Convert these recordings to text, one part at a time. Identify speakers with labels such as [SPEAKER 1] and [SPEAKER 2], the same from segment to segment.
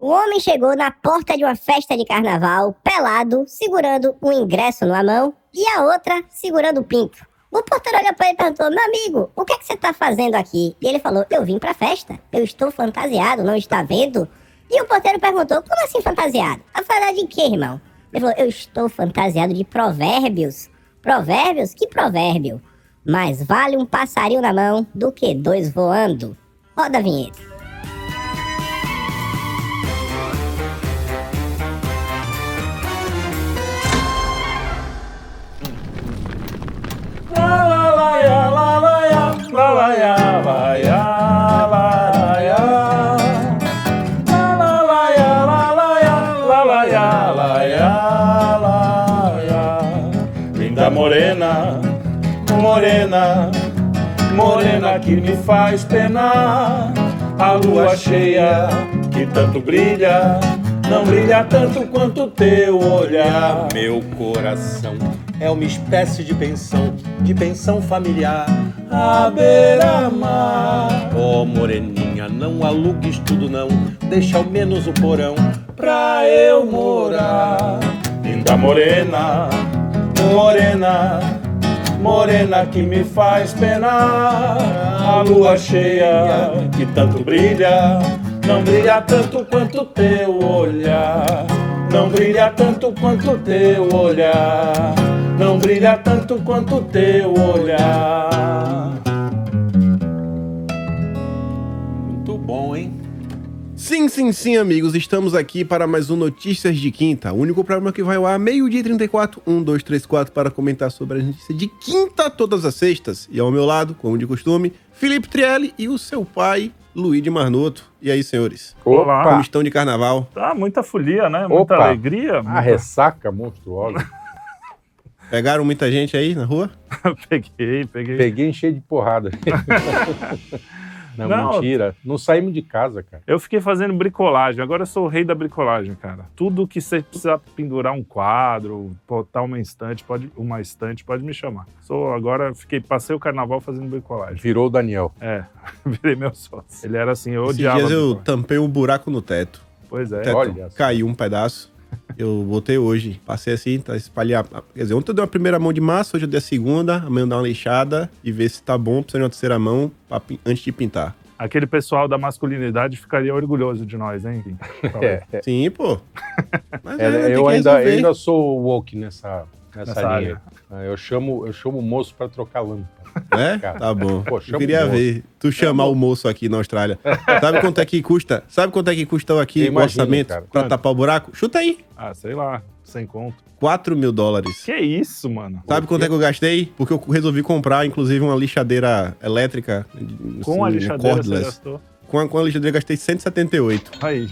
[SPEAKER 1] O homem chegou na porta de uma festa de carnaval, pelado, segurando um ingresso numa mão e a outra segurando o pinto. O porteiro olhou pra ele e perguntou: Meu amigo, o que é que você tá fazendo aqui? E ele falou: Eu vim pra festa. Eu estou fantasiado, não está vendo? E o porteiro perguntou: Como assim fantasiado? A falar de quê, irmão? Ele falou: Eu estou fantasiado de provérbios. Provérbios? Que provérbio? Mais vale um passarinho na mão do que dois voando. Roda a vinheta.
[SPEAKER 2] Linda morena, morena, morena que me faz penar. A lua cheia que tanto brilha, não brilha tanto quanto teu olhar. Meu coração é uma espécie de pensão, de pensão familiar. À beira-mar. Oh, moreninha, não alugues tudo não, deixa ao menos o porão pra eu morar. Linda morena, morena, morena que me faz penar. A lua cheia que tanto brilha, não brilha tanto quanto teu olhar. Não brilha tanto quanto teu olhar. Não brilha tanto quanto teu olhar. Muito bom, hein?
[SPEAKER 3] Sim, sim, sim, amigos, estamos aqui para mais um Notícias de Quinta, o único programa que vai ao ar meio-dia e um, 34, 1, 2, 3, 4, para comentar sobre as notícias de quinta todas as sextas. E ao meu lado, como de costume, Felipe Trielli e o seu pai, Luigi Marnoto. E aí, senhores?
[SPEAKER 4] Olá.
[SPEAKER 3] Como estão de carnaval?
[SPEAKER 4] Tá, muita folia, né? Muita
[SPEAKER 5] Opa.
[SPEAKER 4] alegria.
[SPEAKER 5] A ressaca monstruosa.
[SPEAKER 3] Pegaram muita gente aí na rua?
[SPEAKER 4] peguei, peguei.
[SPEAKER 5] Peguei e enchei de porrada. não,
[SPEAKER 4] Não.
[SPEAKER 5] mentira. Não saímos de casa, cara.
[SPEAKER 4] Eu fiquei fazendo bricolagem, agora eu sou o rei da bricolagem, cara. Tudo que você precisa pendurar um quadro, botar uma estante, pode, uma estante, pode me chamar. Sou agora, fiquei, passei o carnaval fazendo bricolagem.
[SPEAKER 5] Virou o Daniel.
[SPEAKER 4] É, virei meu sócio. Ele era assim, eu
[SPEAKER 3] Esses
[SPEAKER 4] odiava.
[SPEAKER 3] dias eu
[SPEAKER 4] bricolagem.
[SPEAKER 3] tampei um buraco no teto.
[SPEAKER 4] Pois é.
[SPEAKER 3] teto
[SPEAKER 5] olha só.
[SPEAKER 3] caiu um pedaço. Eu botei hoje. Passei assim, tá espalhar. Quer dizer, ontem eu dei uma primeira mão de massa, hoje eu dei a segunda. Amanhã eu dar uma lixada e ver se tá bom. Precisa de uma terceira mão pra pin- antes de pintar.
[SPEAKER 4] Aquele pessoal da masculinidade ficaria orgulhoso de nós, hein? Tá
[SPEAKER 5] É,
[SPEAKER 3] Sim, pô. Mas
[SPEAKER 5] É,
[SPEAKER 3] é, tem
[SPEAKER 5] eu
[SPEAKER 3] que
[SPEAKER 5] ainda,
[SPEAKER 3] resolver.
[SPEAKER 5] ainda sou woke nessa, nessa,
[SPEAKER 4] Nessa
[SPEAKER 5] linha. aí. Eu chamo, eu chamo o moço pra trocar lâmpada.
[SPEAKER 3] Né?
[SPEAKER 5] Cara,
[SPEAKER 3] Tá bom.
[SPEAKER 5] pô,
[SPEAKER 3] eu
[SPEAKER 5] chama
[SPEAKER 3] queria
[SPEAKER 5] o moço.
[SPEAKER 3] ver tu chamar o moço aqui na Austrália. Sabe quanto é que custa? Sabe quanto é que custa aqui
[SPEAKER 5] Eu
[SPEAKER 3] o
[SPEAKER 5] imagino,
[SPEAKER 3] orçamento
[SPEAKER 5] cara.
[SPEAKER 3] pra
[SPEAKER 4] Quanto?
[SPEAKER 3] tapar o buraco? Chuta aí.
[SPEAKER 4] Ah, sei lá, sem conto.
[SPEAKER 3] 4 mil dólares.
[SPEAKER 4] Que é isso, mano?
[SPEAKER 3] Sabe quanto é que eu gastei? Porque eu resolvi comprar, inclusive, uma lixadeira elétrica.
[SPEAKER 4] Com a
[SPEAKER 3] assim,
[SPEAKER 4] lixadeira você
[SPEAKER 3] cordless.
[SPEAKER 4] gastou.
[SPEAKER 3] Com a, com a lixadeira eu gastei 178.
[SPEAKER 4] Aí,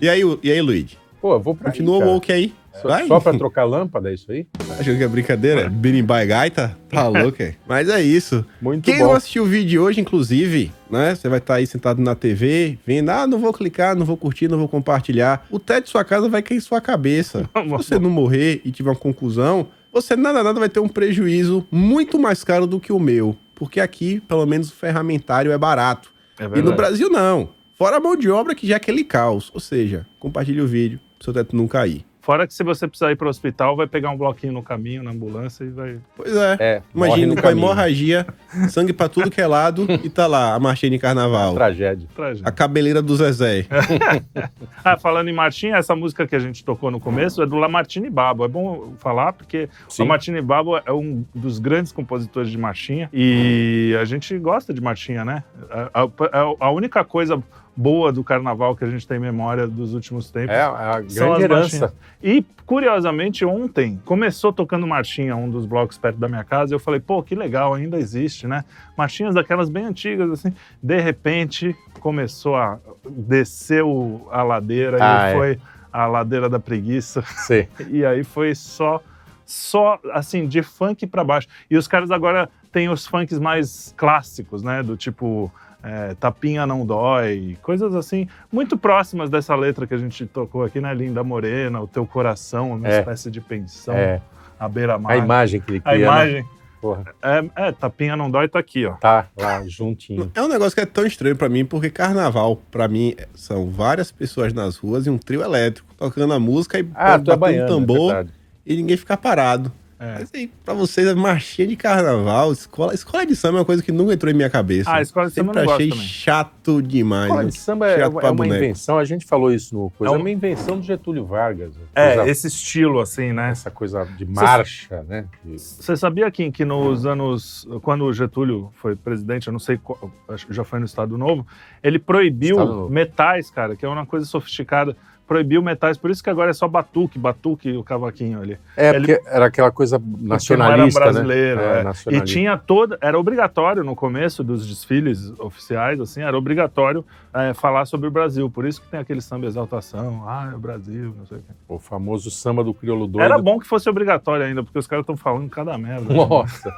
[SPEAKER 3] E aí, o- e aí Luigi?
[SPEAKER 5] Pô, eu vou pra aí,
[SPEAKER 3] Continua o
[SPEAKER 5] cara.
[SPEAKER 3] woke aí? Vai?
[SPEAKER 5] Só, só pra trocar lâmpada, é isso aí?
[SPEAKER 3] Achou que é brincadeira? Birimba e gaita? Tá louco, hein? Mas é isso.
[SPEAKER 5] Muito
[SPEAKER 3] Quem não
[SPEAKER 5] bom.
[SPEAKER 3] assistiu o vídeo de hoje, inclusive, né? Você vai estar aí sentado na TV, vendo, ah, não vou clicar, não vou curtir, não vou compartilhar. O teto de sua casa vai cair em sua cabeça. Se você não morrer e tiver uma conclusão, você nada nada vai ter um prejuízo muito mais caro do que o meu. Porque aqui, pelo menos, o ferramentário é barato.
[SPEAKER 4] É
[SPEAKER 3] E no
[SPEAKER 4] verdade.
[SPEAKER 3] Brasil, não. Fora a mão de obra, que já é aquele caos. Ou seja, compartilhe o vídeo pro seu teto não cair.
[SPEAKER 4] Fora que se você precisar ir pro hospital, vai pegar um bloquinho no caminho, na ambulância e vai.
[SPEAKER 3] Pois é.
[SPEAKER 5] É, morre no
[SPEAKER 3] Imagina com a
[SPEAKER 5] caminho.
[SPEAKER 3] hemorragia, sangue pra tudo que é lado, e tá lá a marchinha de carnaval.
[SPEAKER 5] Tragédia.
[SPEAKER 4] Traz.
[SPEAKER 3] A cabeleira do Zezé.
[SPEAKER 5] É.
[SPEAKER 4] Ah, falando em Martim, essa música que a gente tocou no começo é do Lamartine Babo. É bom falar, porque o
[SPEAKER 5] Sim.
[SPEAKER 4] Lamartine Babo é um dos grandes compositores de marchinha e a gente gosta de marchinha, né? A, a- a única coisa boa do carnaval que a gente tem memória dos últimos tempos.
[SPEAKER 5] É a
[SPEAKER 4] São as
[SPEAKER 5] grande herança.
[SPEAKER 4] E, curiosamente, ontem começou tocando Marchinha, um dos blocos perto da minha casa, e eu falei, pô, que legal, ainda existe, né? Marchinhas daquelas bem antigas, assim. De repente, começou a descer o- a ladeira, e
[SPEAKER 5] Ah, é.
[SPEAKER 4] foi a ladeira da preguiça,
[SPEAKER 5] Sim.
[SPEAKER 4] e aí foi só, só, assim, de funk pra baixo. E os caras agora têm os funks mais clássicos, né? Do tipo... é, tapinha não dói, coisas assim, muito próximas dessa letra que a gente tocou aqui, né? Linda Morena, o teu coração, uma
[SPEAKER 5] É.
[SPEAKER 4] espécie de pensão
[SPEAKER 5] É,
[SPEAKER 4] à beira-mar.
[SPEAKER 5] a imagem que ele
[SPEAKER 4] A
[SPEAKER 5] cria. né?
[SPEAKER 4] imagem.
[SPEAKER 5] porra.
[SPEAKER 4] É, é, tapinha não dói, tá aqui, ó.
[SPEAKER 5] Tá lá, juntinho.
[SPEAKER 3] É um negócio que é tão estranho pra mim, porque carnaval, pra mim, são várias pessoas nas ruas e um trio elétrico tocando a música e
[SPEAKER 5] Ah, tu é
[SPEAKER 3] batendo
[SPEAKER 5] baiano,
[SPEAKER 3] um tambor
[SPEAKER 5] é verdade.
[SPEAKER 3] e ninguém fica parado.
[SPEAKER 4] É.
[SPEAKER 3] Mas aí, pra vocês, é marchinha de carnaval, escola, escola de samba é uma coisa que nunca entrou em minha cabeça.
[SPEAKER 4] Ah, escola de samba eu
[SPEAKER 3] Sempre
[SPEAKER 4] não gosto
[SPEAKER 3] achei
[SPEAKER 4] também.
[SPEAKER 3] chato demais. né?
[SPEAKER 5] Escola de samba é,
[SPEAKER 3] Chato
[SPEAKER 5] é
[SPEAKER 3] pra
[SPEAKER 5] uma
[SPEAKER 3] boneco.
[SPEAKER 5] invenção, a gente falou isso no coisa.
[SPEAKER 4] É
[SPEAKER 5] É
[SPEAKER 4] um-
[SPEAKER 5] uma invenção do Getúlio Vargas. né?
[SPEAKER 4] É,
[SPEAKER 5] Coisa-
[SPEAKER 4] esse estilo, assim, né?
[SPEAKER 5] essa coisa de marcha, né? De-
[SPEAKER 4] Você sabia, Kim, que nos anos. Quando o Getúlio foi presidente, eu não sei qual. acho que Já foi no Estado Novo, ele proibiu
[SPEAKER 5] Estado Novo.
[SPEAKER 4] metais, cara, que é uma coisa sofisticada. Proibiu metais, por isso que agora é só batuque, batuque e o cavaquinho ali.
[SPEAKER 5] É,
[SPEAKER 4] Ele-
[SPEAKER 5] porque era aquela coisa
[SPEAKER 4] Porque não era
[SPEAKER 5] nacionalista, né?
[SPEAKER 4] brasileiro,
[SPEAKER 5] É,
[SPEAKER 4] é. E
[SPEAKER 5] nacionalista.
[SPEAKER 4] tinha toda. Era obrigatório no começo dos desfiles oficiais, assim, era obrigatório é, falar sobre o Brasil. Por isso que tem aquele samba exaltação, ah, é o Brasil, não sei o quê.
[SPEAKER 5] O famoso samba do crioulo doido.
[SPEAKER 4] Era bom que fosse obrigatório ainda, porque os caras estão falando cada merda.
[SPEAKER 5] Nossa.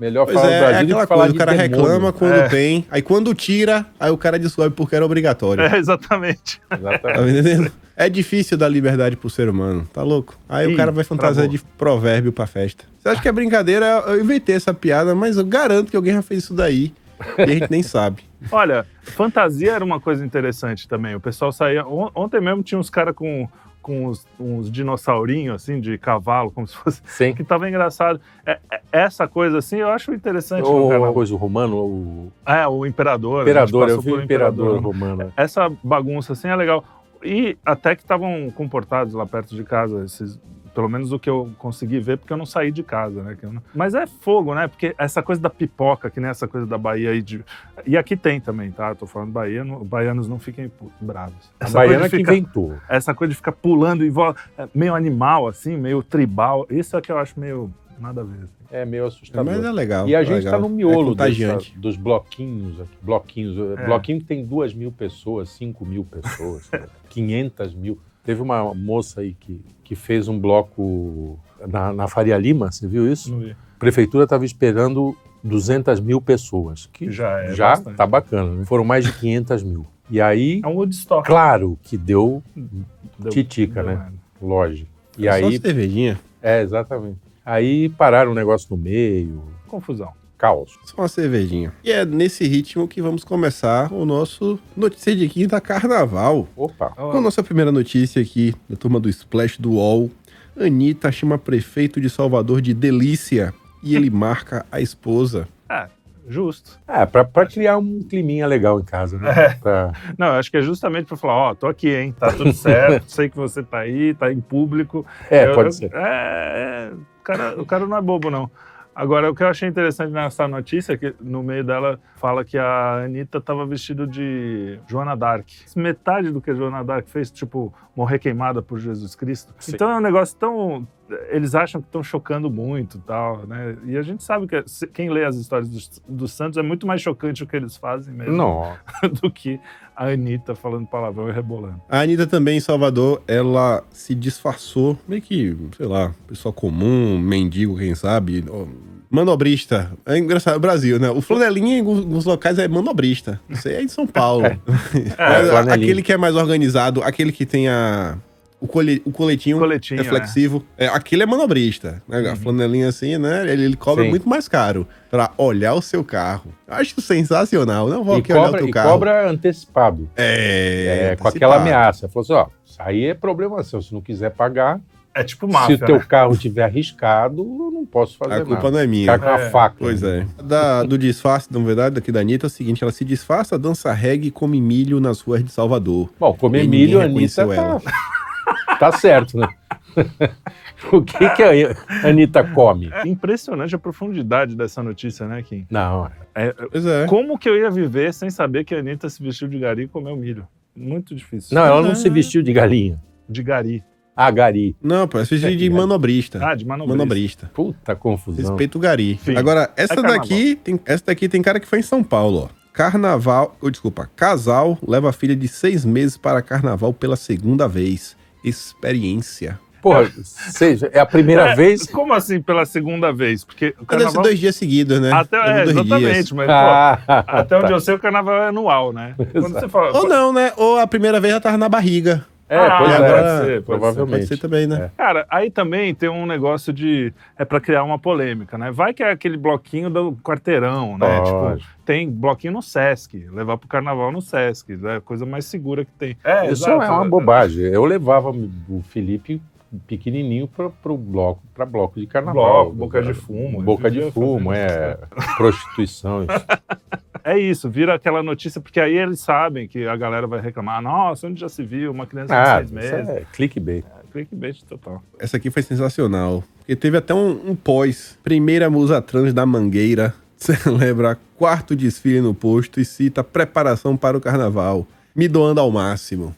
[SPEAKER 5] Melhor
[SPEAKER 3] Pois é,
[SPEAKER 5] falar do
[SPEAKER 3] é
[SPEAKER 5] Brasil do
[SPEAKER 3] aquela
[SPEAKER 5] que falar
[SPEAKER 3] coisa, o
[SPEAKER 5] de
[SPEAKER 3] cara
[SPEAKER 5] demônio.
[SPEAKER 3] reclama quando
[SPEAKER 4] É.
[SPEAKER 3] tem, aí quando tira, aí o cara descobre porque era obrigatório.
[SPEAKER 4] É, exatamente.
[SPEAKER 5] Exatamente.
[SPEAKER 3] Tá me entendendo? É difícil dar liberdade pro ser humano, tá louco? Aí
[SPEAKER 4] Ih,
[SPEAKER 3] o cara vai fantasiar
[SPEAKER 4] travou.
[SPEAKER 3] de provérbio pra festa. Você acha que é brincadeira? Eu inventei essa piada, mas eu garanto que alguém já fez isso daí. E a gente nem sabe.
[SPEAKER 4] Olha, fantasia era uma coisa interessante também. O pessoal saía. on- Ontem mesmo tinha uns caras com, com uns, uns dinossaurinhos, assim, de cavalo, como se fosse.
[SPEAKER 5] Sim.
[SPEAKER 4] Que tava engraçado. É- é- essa coisa, assim, eu acho interessante no
[SPEAKER 5] Ou a
[SPEAKER 4] canal.
[SPEAKER 5] coisa romana, o
[SPEAKER 4] É, o imperador. né? A gente
[SPEAKER 5] imperador,
[SPEAKER 4] passou
[SPEAKER 5] eu vi
[SPEAKER 4] por
[SPEAKER 5] o
[SPEAKER 4] um
[SPEAKER 5] imperador romano.
[SPEAKER 4] Essa bagunça, assim, é legal. E até que estavam comportados lá perto de casa, esses. Pelo menos o que eu consegui ver, porque eu não saí de casa, né? que eu não- Mas é fogo, né? Porque essa coisa da pipoca, que nem essa coisa da Bahia aí de. E aqui tem também, tá? Eu tô falando Bahia, não- baianos não fiquem pu- bravos.
[SPEAKER 5] A
[SPEAKER 4] Essa
[SPEAKER 5] baiana
[SPEAKER 4] coisa de
[SPEAKER 5] é que
[SPEAKER 4] ficar,
[SPEAKER 5] inventou.
[SPEAKER 4] Essa coisa de ficar pulando e vo- é, meio animal, assim, meio tribal. Isso é que eu acho meio nada a ver. assim.
[SPEAKER 5] É meio
[SPEAKER 3] Mas
[SPEAKER 5] assustador.
[SPEAKER 3] é legal.
[SPEAKER 5] E a
[SPEAKER 3] é
[SPEAKER 5] gente
[SPEAKER 3] legal.
[SPEAKER 5] tá no
[SPEAKER 3] é
[SPEAKER 5] miolo
[SPEAKER 3] contagiante.
[SPEAKER 5] dessa- dos bloquinhos aqui. Bloquinhos. eh,
[SPEAKER 4] É.
[SPEAKER 5] Bloquinho que tem duas mil pessoas, cinco mil pessoas, né? 500 mil. Teve uma moça aí que, que fez um bloco na, na Faria Lima, você viu isso?
[SPEAKER 3] Hum.
[SPEAKER 4] Não vi.
[SPEAKER 5] A prefeitura estava esperando 200 mil pessoas, que já,
[SPEAKER 4] Já é. bastante.
[SPEAKER 5] tá bacana. né? Foram mais de 500 mil. E aí,
[SPEAKER 4] É um Woodstock.
[SPEAKER 5] claro que deu
[SPEAKER 4] Deu-
[SPEAKER 5] titica,
[SPEAKER 4] deu
[SPEAKER 5] né?
[SPEAKER 4] merda.
[SPEAKER 5] lógico. E
[SPEAKER 3] É Só
[SPEAKER 5] aí,
[SPEAKER 3] cervejinha.
[SPEAKER 5] é, exatamente. Aí pararam o negócio no meio,
[SPEAKER 4] Confusão.
[SPEAKER 5] caos.
[SPEAKER 3] Só uma cervejinha. E é nesse ritmo que vamos começar o nosso Notícia de Quinta Carnaval.
[SPEAKER 5] Opa,
[SPEAKER 3] Com a nossa primeira notícia aqui, da turma do Splash do UOL, Anitta chama prefeito de Salvador de Delícia e ele marca a esposa.
[SPEAKER 4] Justo.
[SPEAKER 5] É, pra, pra criar um climinha legal em casa, né? Pra-
[SPEAKER 4] Não, eu acho que é justamente pra falar, ó, tô aqui, hein? Tá tudo certo, sei que você tá aí, tá em público.
[SPEAKER 5] É,
[SPEAKER 4] Eu- eu-
[SPEAKER 5] pode ser.
[SPEAKER 4] É, é, o cara, o cara não é bobo, não. Agora, o que eu achei interessante nessa notícia, é que no meio dela fala que a Anitta tava vestida de Joana Dark. Metade do que a Joana Dark fez, tipo, morrer queimada por Jesus Cristo.
[SPEAKER 5] Sim.
[SPEAKER 4] Então é um negócio tão... Eles acham que estão chocando muito e tal, né? E a gente sabe que se- quem lê as histórias dos, dos santos é muito mais chocante o que eles fazem mesmo
[SPEAKER 5] Não,
[SPEAKER 4] do que a Anitta falando palavrão e rebolando.
[SPEAKER 3] A Anitta também em Salvador, ela se disfarçou, meio que, sei lá, pessoa comum, mendigo, quem sabe, ó, manobrista. É engraçado, Brasil, né? O flanelinha em alguns alguns locais é manobrista. Isso aí é em São Paulo. Mas a-
[SPEAKER 5] flanelinha.
[SPEAKER 3] aquele que é mais organizado, aquele que tem a... O, cole, o coletinho,
[SPEAKER 4] Coletinho,
[SPEAKER 3] é flexível. É, aquele é manobrista. né? A flanelinha assim, né? Ele, ele cobra
[SPEAKER 5] Sim.
[SPEAKER 3] muito mais caro pra olhar o seu carro. Acho sensacional. Não vou
[SPEAKER 5] e
[SPEAKER 3] aqui olhar o
[SPEAKER 5] cobra,
[SPEAKER 3] teu
[SPEAKER 5] e
[SPEAKER 3] carro.
[SPEAKER 5] cobra antecipado.
[SPEAKER 3] É,
[SPEAKER 5] É, com
[SPEAKER 3] antecipado.
[SPEAKER 5] aquela ameaça. Falou assim: ó, isso aí é problema seu. Se não quiser pagar,
[SPEAKER 4] É tipo máfia,
[SPEAKER 5] se o teu
[SPEAKER 4] né?
[SPEAKER 5] carro tiver arriscado, eu não posso fazer
[SPEAKER 3] A culpa
[SPEAKER 5] nada.
[SPEAKER 3] não é minha.
[SPEAKER 5] Ficar com a
[SPEAKER 4] É.
[SPEAKER 5] faca.
[SPEAKER 3] Pois é. Da- do disfarce, na verdade, daqui da Anitta é o seguinte: ela se disfarça, dança reggae e come milho nas ruas de Salvador.
[SPEAKER 5] Bom, comer
[SPEAKER 3] E ninguém
[SPEAKER 5] milho, a
[SPEAKER 3] reconheceu
[SPEAKER 5] Anitta tá, tá certo, né? o que, que a Anitta come?
[SPEAKER 4] É Impressionante a profundidade dessa notícia, né, Kim?
[SPEAKER 5] Não,
[SPEAKER 3] Pois é.
[SPEAKER 4] Como que eu ia viver sem saber que a Anitta se vestiu de gari e comeu milho? Muito difícil.
[SPEAKER 5] não, ela não se vestiu de galinha.
[SPEAKER 4] De gari.
[SPEAKER 5] Ah, gari.
[SPEAKER 3] Não, pô, é sujeito de
[SPEAKER 5] É, é.
[SPEAKER 3] manobrista.
[SPEAKER 4] Ah, de manobrista.
[SPEAKER 3] Manobrista.
[SPEAKER 5] Puta confusão.
[SPEAKER 3] Respeita o gari.
[SPEAKER 4] Sim.
[SPEAKER 3] Agora, essa
[SPEAKER 4] carnaval.
[SPEAKER 3] daqui, tem, essa daqui tem cara que foi em São Paulo, ó. Carnaval, ou desculpa, casal leva a filha de seis meses para carnaval pela segunda vez. Experiência.
[SPEAKER 5] Porra, seja, é a primeira vez.
[SPEAKER 4] Como assim pela segunda vez? Porque o
[SPEAKER 3] Mas Deve ser
[SPEAKER 4] carnaval...
[SPEAKER 3] dois dias seguidos, né?
[SPEAKER 4] Até, é,
[SPEAKER 3] Deve ser dois
[SPEAKER 4] exatamente,
[SPEAKER 3] dias.
[SPEAKER 4] mas pô,
[SPEAKER 5] Ah,
[SPEAKER 4] até onde eu sei o carnaval é anual, né? Quando você fala...
[SPEAKER 3] Ou não, né? Ou a primeira vez já tava na barriga.
[SPEAKER 5] É,
[SPEAKER 4] Ah,
[SPEAKER 5] pois é,
[SPEAKER 4] agora-
[SPEAKER 5] pode
[SPEAKER 4] ser, pode ser.
[SPEAKER 5] provavelmente.
[SPEAKER 3] Pode ser também, né?
[SPEAKER 4] Cara, aí também tem um negócio de. É pra criar uma polêmica, né? Vai que é aquele bloquinho do quarteirão, né?
[SPEAKER 5] tá. Lógico.
[SPEAKER 4] Tipo, tem bloquinho no Sesc. Levar pro carnaval no Sesc. É a coisa mais segura que tem.
[SPEAKER 5] Isso é uma bobagem. Eu levava o Felipe pequenininho para pro bloco, para bloco de carnaval.
[SPEAKER 4] Bloco, boca de fumo.
[SPEAKER 5] Boca de
[SPEAKER 4] Devia
[SPEAKER 5] fumo,
[SPEAKER 4] fazer isso, né?
[SPEAKER 5] é prostituição. isso.
[SPEAKER 4] É isso, vira aquela notícia, porque aí eles sabem que a galera vai reclamar. Nossa, onde já se viu? Uma criança de
[SPEAKER 5] Ah,
[SPEAKER 4] seis
[SPEAKER 5] isso
[SPEAKER 4] meses.
[SPEAKER 5] é clickbait.
[SPEAKER 4] Clickbait total.
[SPEAKER 3] Essa aqui foi sensacional. Porque teve até um, um pós. Primeira musa trans da Mangueira celebra quarto desfile no posto e cita preparação para o carnaval. Me doando ao máximo.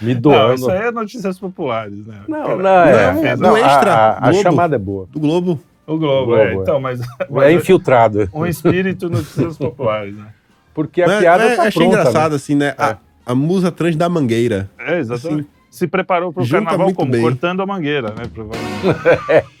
[SPEAKER 5] Me
[SPEAKER 4] Não,
[SPEAKER 5] doando.
[SPEAKER 4] isso aí é notícias populares, né?
[SPEAKER 5] Não, não,
[SPEAKER 3] não,
[SPEAKER 5] é,
[SPEAKER 3] do extra,
[SPEAKER 5] A, a- a
[SPEAKER 3] Globo.
[SPEAKER 5] chamada é boa.
[SPEAKER 3] Do Globo?
[SPEAKER 4] O Globo,
[SPEAKER 5] Globo,
[SPEAKER 4] é.
[SPEAKER 5] é.
[SPEAKER 4] Então, mas.
[SPEAKER 5] É
[SPEAKER 4] mas
[SPEAKER 5] infiltrado.
[SPEAKER 4] um espírito notícias populares, né?
[SPEAKER 5] Porque a
[SPEAKER 3] Né?
[SPEAKER 5] piada
[SPEAKER 3] É,
[SPEAKER 5] tá
[SPEAKER 3] achei
[SPEAKER 5] pronta, É.
[SPEAKER 3] engraçado, assim, né? A, a musa trans da Mangueira.
[SPEAKER 4] É, exatamente. Se preparou para o
[SPEAKER 3] Junta
[SPEAKER 4] carnaval
[SPEAKER 3] muito
[SPEAKER 4] como?
[SPEAKER 3] bem.
[SPEAKER 4] Cortando a mangueira, né? Provavelmente.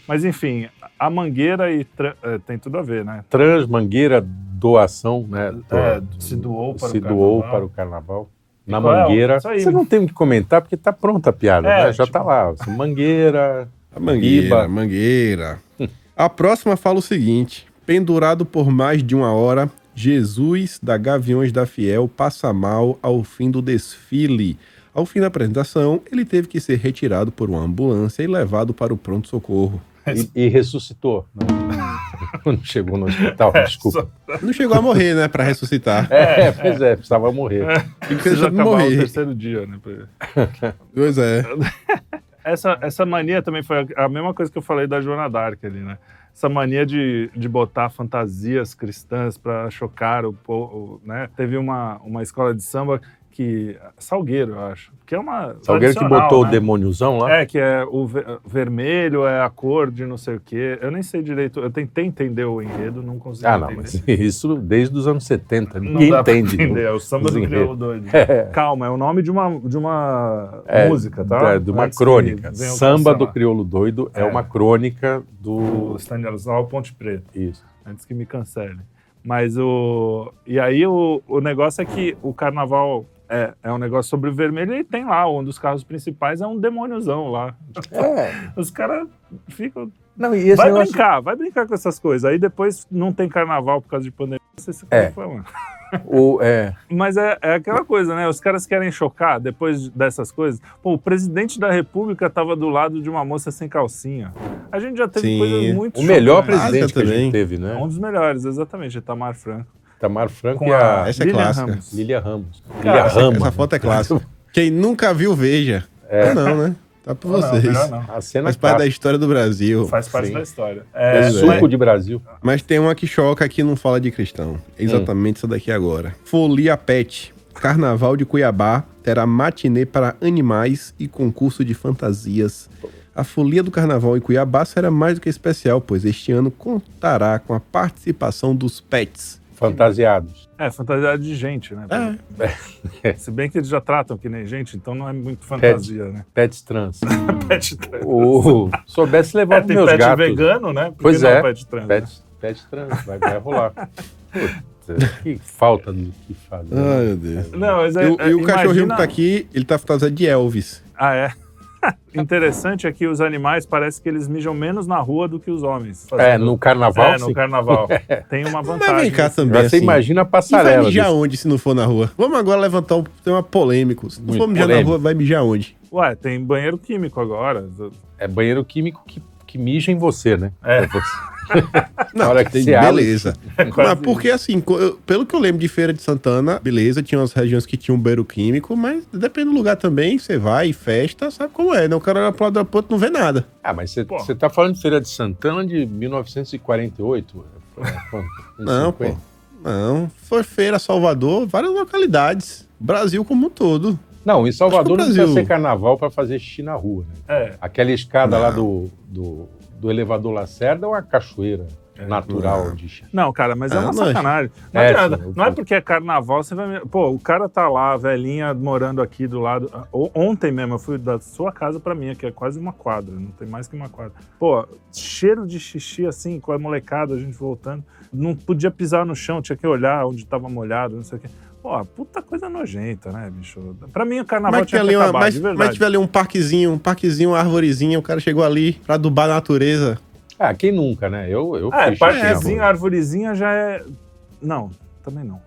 [SPEAKER 4] Mas enfim, a mangueira e tra- é, tem tudo a ver, né?
[SPEAKER 5] né? Trans, mangueira, doação, né?
[SPEAKER 4] É, se doou para
[SPEAKER 5] se
[SPEAKER 4] o
[SPEAKER 5] doou
[SPEAKER 4] carnaval.
[SPEAKER 5] para o carnaval. Na
[SPEAKER 4] qual é o-
[SPEAKER 5] mangueira.
[SPEAKER 4] isso aí.
[SPEAKER 5] Você não tem o que comentar, porque tá pronta a piada,
[SPEAKER 4] É,
[SPEAKER 5] né? Já
[SPEAKER 4] tipo-
[SPEAKER 5] tá lá. Mangueira.
[SPEAKER 3] A Mangueira,
[SPEAKER 5] Iba.
[SPEAKER 3] Mangueira. a próxima fala o seguinte. Pendurado por mais de uma hora, Jesus da Gaviões da Fiel passa mal ao fim do desfile. Ao fim da apresentação, ele teve que ser retirado por uma ambulância e levado para o pronto-socorro.
[SPEAKER 4] É
[SPEAKER 5] E, e ressuscitou. né? Quando chegou no hospital, desculpa.
[SPEAKER 4] É, Só-
[SPEAKER 3] Não chegou a morrer, né? Pra ressuscitar.
[SPEAKER 5] É, pois é, precisava morrer.
[SPEAKER 3] Ele
[SPEAKER 4] Precisa
[SPEAKER 3] precisava
[SPEAKER 4] acabar o
[SPEAKER 3] morrer.
[SPEAKER 4] terceiro dia, né? pra-
[SPEAKER 3] Pois é.
[SPEAKER 4] essa, essa mania também foi a a mesma coisa que eu falei da Joana Dark ali, né? Essa mania de, de botar fantasias cristãs para chocar o povo, né? Teve uma, uma escola de samba que. Salgueiro, eu acho. Que é uma.
[SPEAKER 5] Alguém que
[SPEAKER 4] tradicional,
[SPEAKER 5] botou
[SPEAKER 4] né?
[SPEAKER 5] o demôniozão lá.
[SPEAKER 4] É, que é o ve- vermelho, é a cor de não sei o quê. Eu nem sei direito. Eu tentei entender o enredo, não consegui
[SPEAKER 5] Ah, não,
[SPEAKER 4] entender.
[SPEAKER 5] mas isso desde os anos 70.
[SPEAKER 4] Não
[SPEAKER 5] Ninguém
[SPEAKER 4] dá pra
[SPEAKER 5] entende. né?
[SPEAKER 4] entender, é o samba
[SPEAKER 5] os
[SPEAKER 4] do
[SPEAKER 5] enredos.
[SPEAKER 4] crioulo doido. Calma, é o nome de uma, de uma
[SPEAKER 5] É,
[SPEAKER 4] música, tá?
[SPEAKER 5] é, de uma
[SPEAKER 4] Antes que
[SPEAKER 5] crônica.
[SPEAKER 4] venham
[SPEAKER 5] Samba do
[SPEAKER 4] cancelar.
[SPEAKER 5] Crioulo Doido é,
[SPEAKER 4] É.
[SPEAKER 5] uma crônica do.
[SPEAKER 4] do Stanislau Ponte Preta.
[SPEAKER 5] Isso.
[SPEAKER 4] antes que me cancele. Mas o. E aí o, o negócio é que o carnaval é, é um negócio sobre o vermelho e tem lá, um dos carros principais é um demôniozão lá. Os caras ficam.
[SPEAKER 5] Não, e esse
[SPEAKER 4] Vai
[SPEAKER 5] negócio-
[SPEAKER 4] brincar, vai brincar com essas coisas. Aí depois não tem carnaval por causa de pandemia, você se
[SPEAKER 5] É.
[SPEAKER 4] conforma.
[SPEAKER 5] o, é,
[SPEAKER 4] Mas é, é aquela coisa, né? Os caras querem chocar depois dessas coisas. Pô, o presidente da república tava do lado de uma moça sem calcinha. A gente já teve
[SPEAKER 3] Sim.
[SPEAKER 4] coisas muito
[SPEAKER 5] o melhor
[SPEAKER 4] chocantes.
[SPEAKER 3] presidente
[SPEAKER 5] presidente que a
[SPEAKER 3] também.
[SPEAKER 5] gente teve, né?
[SPEAKER 4] Um dos melhores, exatamente, Itamar Franco.
[SPEAKER 5] Tamar Franco
[SPEAKER 4] com
[SPEAKER 5] e a
[SPEAKER 4] a
[SPEAKER 3] essa é
[SPEAKER 4] Lilian
[SPEAKER 3] clássica.
[SPEAKER 4] Ramos.
[SPEAKER 5] Lilia Ramos.
[SPEAKER 4] Cara,
[SPEAKER 5] Lilia
[SPEAKER 4] essa-
[SPEAKER 5] Ramos.
[SPEAKER 3] Essa foto é clássica. Quem nunca viu, veja.
[SPEAKER 5] É.
[SPEAKER 3] Ou não, né? Tá pra
[SPEAKER 4] Não,
[SPEAKER 3] vocês.
[SPEAKER 4] melhor não.
[SPEAKER 5] A cena
[SPEAKER 3] Faz parte da
[SPEAKER 5] clássica.
[SPEAKER 3] história do Brasil.
[SPEAKER 4] Faz parte
[SPEAKER 5] Sim.
[SPEAKER 4] da história.
[SPEAKER 5] É,
[SPEAKER 4] É,
[SPEAKER 5] suco de Brasil.
[SPEAKER 3] Mas tem uma que choca que não fala de cristão. É exatamente essa daqui agora. Folia Pet. Carnaval de Cuiabá terá matinê para animais e concurso de fantasias. A folia do carnaval em Cuiabá será mais do que especial, pois este ano contará com a participação dos pets.
[SPEAKER 5] Fantasiados.
[SPEAKER 4] é fantasiado de gente, né?
[SPEAKER 5] É.
[SPEAKER 3] É.
[SPEAKER 4] Se bem que eles já tratam que nem gente, então não é muito fantasia, né? É
[SPEAKER 5] Pets trans.
[SPEAKER 4] Pet trans.
[SPEAKER 5] O soubesse levar
[SPEAKER 4] É,
[SPEAKER 5] pros
[SPEAKER 4] tem
[SPEAKER 5] meus
[SPEAKER 4] pet
[SPEAKER 5] gatos.
[SPEAKER 4] vegano, né? Por
[SPEAKER 5] Pois
[SPEAKER 4] que não
[SPEAKER 5] é,
[SPEAKER 4] pet trans. né?
[SPEAKER 5] Pets, pets trans, vai, vai rolar. Puta, que falta do que né? fazer.
[SPEAKER 3] Ai, meu Deus.
[SPEAKER 4] Não, mas
[SPEAKER 3] E,
[SPEAKER 4] é,
[SPEAKER 3] o-
[SPEAKER 4] é,
[SPEAKER 3] e o cachorrinho
[SPEAKER 4] imagina-
[SPEAKER 3] que tá aqui, ele tá fantasiado de Elvis.
[SPEAKER 4] Ah, é. Interessante é que os animais parece que eles mijam menos na rua do que os homens.
[SPEAKER 5] É, no carnaval,
[SPEAKER 4] Ah, É,
[SPEAKER 5] sim.
[SPEAKER 4] no carnaval. Tem uma vantagem.
[SPEAKER 3] Mas vem cá
[SPEAKER 4] assim. um.
[SPEAKER 3] também,
[SPEAKER 5] Agora você
[SPEAKER 3] assim.
[SPEAKER 5] imagina a
[SPEAKER 3] E vai
[SPEAKER 5] passarela.
[SPEAKER 3] mijar
[SPEAKER 5] disso.
[SPEAKER 3] onde se não for na rua? Vamos agora levantar um tema polêmico. Se não
[SPEAKER 5] Muito
[SPEAKER 3] for mijar na
[SPEAKER 5] polêmico.
[SPEAKER 3] rua, vai mijar onde?
[SPEAKER 4] Ué, tem banheiro químico agora.
[SPEAKER 5] É banheiro químico que, que mija em você, né?
[SPEAKER 4] É.
[SPEAKER 5] você.
[SPEAKER 3] Não,
[SPEAKER 5] hora que
[SPEAKER 3] tem-
[SPEAKER 5] você abre-
[SPEAKER 3] beleza.
[SPEAKER 4] quase
[SPEAKER 3] mas porque assim, co- eu- pelo que eu lembro de Feira de Santana, beleza, tinha umas regiões que tinham banheiro químico, mas depende do lugar também, você vai, festa, sabe como é, né? O cara olha pro lado da ponta e não vê nada.
[SPEAKER 5] Ah, mas você,
[SPEAKER 4] Pô.
[SPEAKER 5] você tá falando de Feira de Santana de 1948? É, quanto?
[SPEAKER 3] Não,
[SPEAKER 4] é.
[SPEAKER 5] 50?
[SPEAKER 3] pô. Não, foi Feira, Salvador, várias localidades. Brasil como um todo.
[SPEAKER 5] Não, em Salvador
[SPEAKER 3] Acho que
[SPEAKER 5] não
[SPEAKER 3] o
[SPEAKER 5] precisa
[SPEAKER 3] Brasil-
[SPEAKER 5] ser carnaval para fazer xixi na rua, né?
[SPEAKER 4] É.
[SPEAKER 5] Aquela escada
[SPEAKER 3] Não.
[SPEAKER 5] lá do, do, do elevador Lacerda é uma cachoeira natural
[SPEAKER 3] É, Não.
[SPEAKER 5] de xixi.
[SPEAKER 4] Não, cara, mas é
[SPEAKER 3] Ah,
[SPEAKER 4] uma
[SPEAKER 3] lógico.
[SPEAKER 4] sacanagem. Não
[SPEAKER 5] É,
[SPEAKER 4] adianta.
[SPEAKER 5] sim, eu-
[SPEAKER 4] não é porque é carnaval, você vai. me- Pô, o cara tá lá, a velhinha morando aqui do lado. O- Ontem mesmo eu fui da sua casa pra minha, que é quase uma quadra, não tem mais que uma quadra. Pô, cheiro de xixi assim, com a molecada, a gente voltando. Não podia pisar no chão, tinha que olhar onde tava molhado, não sei o quê. Pô, Pô, puta coisa nojenta, né, bicho? Pra mim, o carnaval
[SPEAKER 3] Mas tiver,
[SPEAKER 4] tinha
[SPEAKER 3] ali
[SPEAKER 4] que
[SPEAKER 3] uma,
[SPEAKER 4] acabar,
[SPEAKER 3] mas,
[SPEAKER 4] é de
[SPEAKER 3] mas
[SPEAKER 4] verdade.
[SPEAKER 3] tiver ali um parquezinho, um parquezinho, uma arvorezinha, o cara chegou ali pra adubar a natureza.
[SPEAKER 5] Ah, quem nunca, né? Eu, eu
[SPEAKER 4] Ah, é,
[SPEAKER 5] fiz xixi na
[SPEAKER 4] parquezinho,
[SPEAKER 5] rua.
[SPEAKER 4] arvorezinha já é... Não, também não.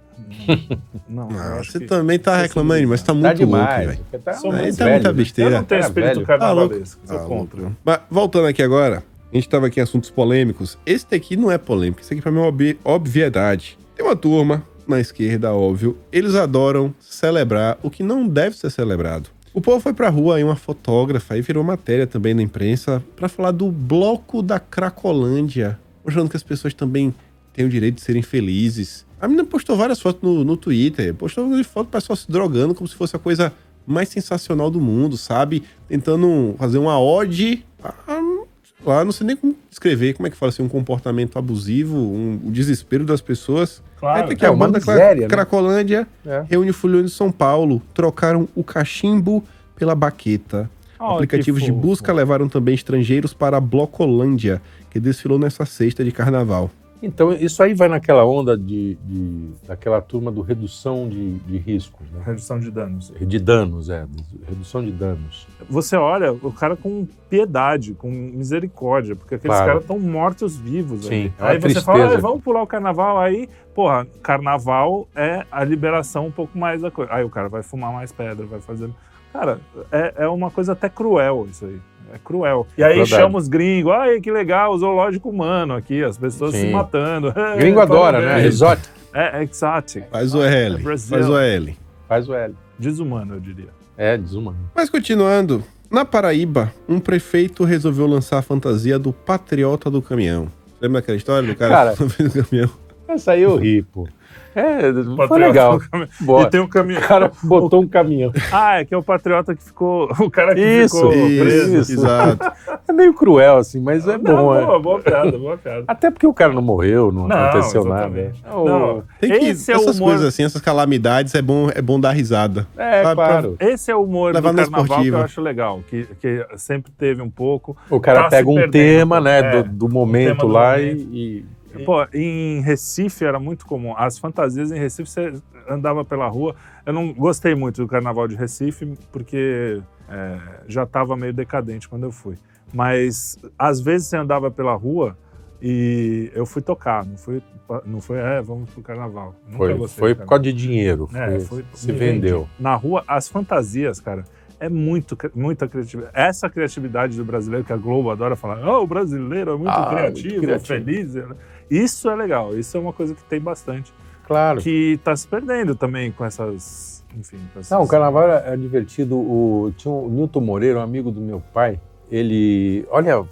[SPEAKER 4] Não, eu
[SPEAKER 3] Ah,
[SPEAKER 4] acho
[SPEAKER 3] você
[SPEAKER 4] que-
[SPEAKER 3] também tá
[SPEAKER 4] Esse
[SPEAKER 3] reclamando, mas tá
[SPEAKER 5] Tá
[SPEAKER 3] muito louco,
[SPEAKER 5] demais.
[SPEAKER 3] velho.
[SPEAKER 5] porque Tá,
[SPEAKER 4] Sou
[SPEAKER 5] um
[SPEAKER 3] Aí
[SPEAKER 4] muito
[SPEAKER 3] tá
[SPEAKER 5] velho.
[SPEAKER 3] muita
[SPEAKER 4] Eu
[SPEAKER 3] besteira.
[SPEAKER 4] não tenho
[SPEAKER 5] Cara,
[SPEAKER 4] espírito
[SPEAKER 5] É, velho,
[SPEAKER 4] carnavalesco,
[SPEAKER 3] Tá
[SPEAKER 4] sou
[SPEAKER 3] louco,
[SPEAKER 4] contra.
[SPEAKER 3] viu? Mas voltando aqui agora, a gente tava aqui em assuntos polêmicos. Esse daqui não é polêmico, esse aqui pra mim é uma obvi- obviedade. Tem uma turma na esquerda, óbvio, eles adoram celebrar o que não deve ser celebrado. O povo foi pra rua aí, uma fotógrafa, aí virou matéria também na imprensa, pra falar do bloco da Cracolândia, mostrando que as pessoas também têm o direito de serem felizes. A menina postou várias fotos no, no Twitter, postou foto do pessoal se drogando como se fosse a coisa mais sensacional do mundo, sabe? Tentando fazer uma ode. a- a- sei lá, não sei nem como descrever como é que fala assim, um comportamento abusivo, um- o desespero das pessoas. Aí
[SPEAKER 4] Claro,
[SPEAKER 3] tá aqui
[SPEAKER 5] é
[SPEAKER 3] a
[SPEAKER 5] uma
[SPEAKER 3] banda Cra-
[SPEAKER 5] miséria, né?
[SPEAKER 3] Cracolândia
[SPEAKER 5] É.
[SPEAKER 3] reúne fulhões de São Paulo, trocaram o cachimbo pela baqueta.
[SPEAKER 4] Ó,
[SPEAKER 3] Aplicativos
[SPEAKER 4] que
[SPEAKER 3] de
[SPEAKER 4] fofo.
[SPEAKER 3] busca levaram também estrangeiros para a Blocolândia, que desfilou nessa sexta de carnaval.
[SPEAKER 5] Então, isso aí vai naquela onda de, de- daquela turma do redução de, de riscos, né?
[SPEAKER 4] Redução de danos.
[SPEAKER 5] De danos, é. de- Redução de danos.
[SPEAKER 4] Você olha o cara com piedade, com misericórdia, porque aqueles
[SPEAKER 5] Claro.
[SPEAKER 4] caras estão mortos vivos.
[SPEAKER 5] Sim,
[SPEAKER 4] ali.
[SPEAKER 5] é uma
[SPEAKER 4] Aí você
[SPEAKER 5] tristeza.
[SPEAKER 4] fala, "Ah, vamos pular o carnaval. Aí, porra, carnaval é a liberação um pouco mais da coisa. Aí o cara vai fumar mais pedra, vai fazer. Cara, é, é uma coisa até cruel isso aí. É cruel. E aí
[SPEAKER 5] Verdade.
[SPEAKER 4] chama os gringos, ai que legal, o zoológico humano aqui, as pessoas se
[SPEAKER 5] Sim.
[SPEAKER 4] matando.
[SPEAKER 3] É,
[SPEAKER 5] Gringo adora, né?
[SPEAKER 4] Parabéns.
[SPEAKER 5] Resort.
[SPEAKER 4] É, é exotic.
[SPEAKER 3] Faz o L,
[SPEAKER 4] Brasil.
[SPEAKER 3] faz o L.
[SPEAKER 5] Faz o L.
[SPEAKER 4] Desumano, eu diria.
[SPEAKER 5] É, desumano.
[SPEAKER 3] Mas continuando, na Paraíba, um prefeito resolveu lançar a fantasia do patriota do caminhão. Lembra aquela história do cara,
[SPEAKER 5] Cara.
[SPEAKER 3] do caminhão?
[SPEAKER 5] Essa aí eu ri, pô. É,
[SPEAKER 4] Patriota
[SPEAKER 5] foi legal.
[SPEAKER 4] do caminhão. E
[SPEAKER 5] Bora.
[SPEAKER 4] tem um caminho.
[SPEAKER 5] O cara botou um caminhão.
[SPEAKER 4] Ah, é que é o patriota que ficou. O cara que
[SPEAKER 5] Isso,
[SPEAKER 4] ficou
[SPEAKER 5] isso.
[SPEAKER 4] preso.
[SPEAKER 3] Exato.
[SPEAKER 5] É meio cruel, assim, mas é
[SPEAKER 4] Não,
[SPEAKER 5] bom, é.
[SPEAKER 4] boa, boa piada, boa piada.
[SPEAKER 5] Até porque o cara não morreu, não,
[SPEAKER 4] Não,
[SPEAKER 5] aconteceu
[SPEAKER 4] exatamente.
[SPEAKER 5] nada. É, o-
[SPEAKER 4] Não,
[SPEAKER 3] Tem que,
[SPEAKER 4] Esse é o
[SPEAKER 3] essas
[SPEAKER 4] humor.
[SPEAKER 3] coisas assim, essas calamidades, é bom, é bom dar risada.
[SPEAKER 5] é
[SPEAKER 3] Pra- pra-
[SPEAKER 5] claro.
[SPEAKER 4] Esse é o humor
[SPEAKER 3] Levar
[SPEAKER 4] do
[SPEAKER 3] no
[SPEAKER 4] carnaval
[SPEAKER 3] esportivo.
[SPEAKER 4] que eu acho legal, que, que sempre teve um pouco.
[SPEAKER 5] O cara
[SPEAKER 4] tá se
[SPEAKER 5] pega um
[SPEAKER 4] perdendo,
[SPEAKER 5] tema, né,
[SPEAKER 4] é,
[SPEAKER 5] do, do momento
[SPEAKER 4] do
[SPEAKER 5] lá
[SPEAKER 4] momento.
[SPEAKER 5] e, e-
[SPEAKER 4] Pô, em Recife era muito comum. As fantasias em Recife, você andava pela rua. Eu não gostei muito do carnaval de Recife, porque é, já estava meio decadente quando eu fui. Mas às vezes você andava pela rua e eu fui tocar, não fui, não foi, é, vamos pro carnaval. Nunca
[SPEAKER 5] foi,
[SPEAKER 4] gostei
[SPEAKER 5] foi
[SPEAKER 4] do
[SPEAKER 5] por
[SPEAKER 4] carnaval.
[SPEAKER 5] causa de dinheiro.
[SPEAKER 4] É,
[SPEAKER 5] foi-
[SPEAKER 4] foi-
[SPEAKER 5] se
[SPEAKER 4] me
[SPEAKER 5] vendeu.
[SPEAKER 4] vendi. Na rua, as fantasias, cara, é muito, cri- muita criatividade. Essa criatividade do brasileiro que a Globo adora falar, oh, o brasileiro é muito,
[SPEAKER 5] Ah,
[SPEAKER 4] criativo,
[SPEAKER 5] muito criativo."
[SPEAKER 4] feliz. Isso é legal, isso é uma coisa que tem bastante.
[SPEAKER 5] Claro.
[SPEAKER 4] Que tá se perdendo também com essas. Enfim, com essas...
[SPEAKER 5] Não, o carnaval era, era divertido. O, tinha o Newton Moreira, um amigo do meu pai, ele. Olha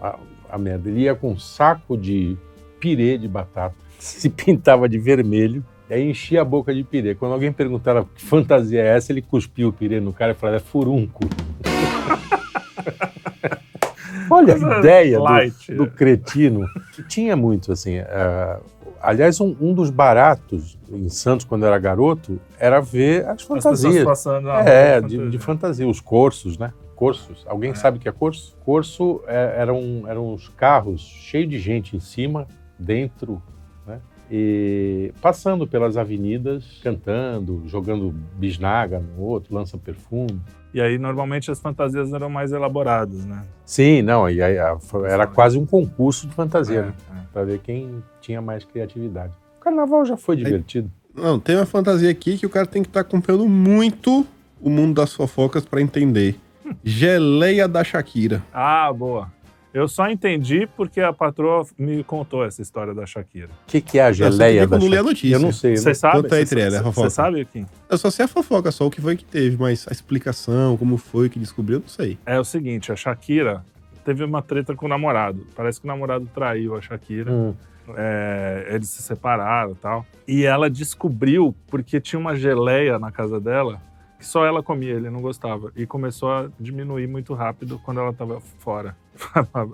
[SPEAKER 5] a, a merda, ele ia com um saco de pirê de batata, se pintava de vermelho, e aí enchia a boca de pirê. Quando alguém perguntava que fantasia é essa, ele cuspiu o pirê no cara e falava: é furunco. olha
[SPEAKER 4] Coisa
[SPEAKER 5] a ideia é do,
[SPEAKER 4] light.
[SPEAKER 5] do cretino. Tinha muito, assim. ah, aliás, um, um dos baratos em Santos, quando eu era garoto, era ver as
[SPEAKER 4] As pessoas
[SPEAKER 5] fantasias.
[SPEAKER 4] passando na rua.
[SPEAKER 5] é,
[SPEAKER 4] com
[SPEAKER 5] de, de
[SPEAKER 4] fantasia.
[SPEAKER 5] fantasia, os cursos, né? Cursos. Alguém sabe o que é curso? Curso é, eram, eram uns carros cheios de gente em cima, dentro, né? E passando pelas avenidas, cantando, jogando bisnaga no outro, lança perfume.
[SPEAKER 4] E aí, normalmente, as fantasias eram mais elaboradas, né?
[SPEAKER 5] Sim, não, e aí, a- era quase um concurso de fantasia, né?
[SPEAKER 4] É, é.
[SPEAKER 5] para ver quem tinha mais criatividade. O carnaval já foi divertido.
[SPEAKER 3] Não, tem uma fantasia aqui que o cara tem que estar acompanhando muito o mundo das fofocas pra entender. Geleia da Shakira.
[SPEAKER 4] Ah, boa. Eu só entendi porque a patroa me contou essa história da Shakira.
[SPEAKER 5] O que, que é a
[SPEAKER 3] só
[SPEAKER 5] geleia
[SPEAKER 3] queria
[SPEAKER 5] da
[SPEAKER 3] quando lê a
[SPEAKER 5] Shakira?
[SPEAKER 3] notícia.
[SPEAKER 5] Eu não sei. né? eu
[SPEAKER 4] Você
[SPEAKER 5] Não...
[SPEAKER 4] sabe?
[SPEAKER 3] Conta aí,
[SPEAKER 4] Cê-
[SPEAKER 3] Trela,
[SPEAKER 4] cê-
[SPEAKER 3] a fofoca.
[SPEAKER 4] Você sabe, Kim?
[SPEAKER 3] Eu só sei a fofoca, só o que foi que teve, mas a explicação, como foi que descobriu, eu não sei.
[SPEAKER 4] É o seguinte, a Shakira teve uma treta com o namorado. Parece que o namorado traiu a Shakira.
[SPEAKER 5] Hum.
[SPEAKER 4] É, eles se separaram e tal. E ela descobriu porque tinha uma geleia na casa dela que só ela comia, ele não gostava. E começou a diminuir muito rápido quando ela tava fora.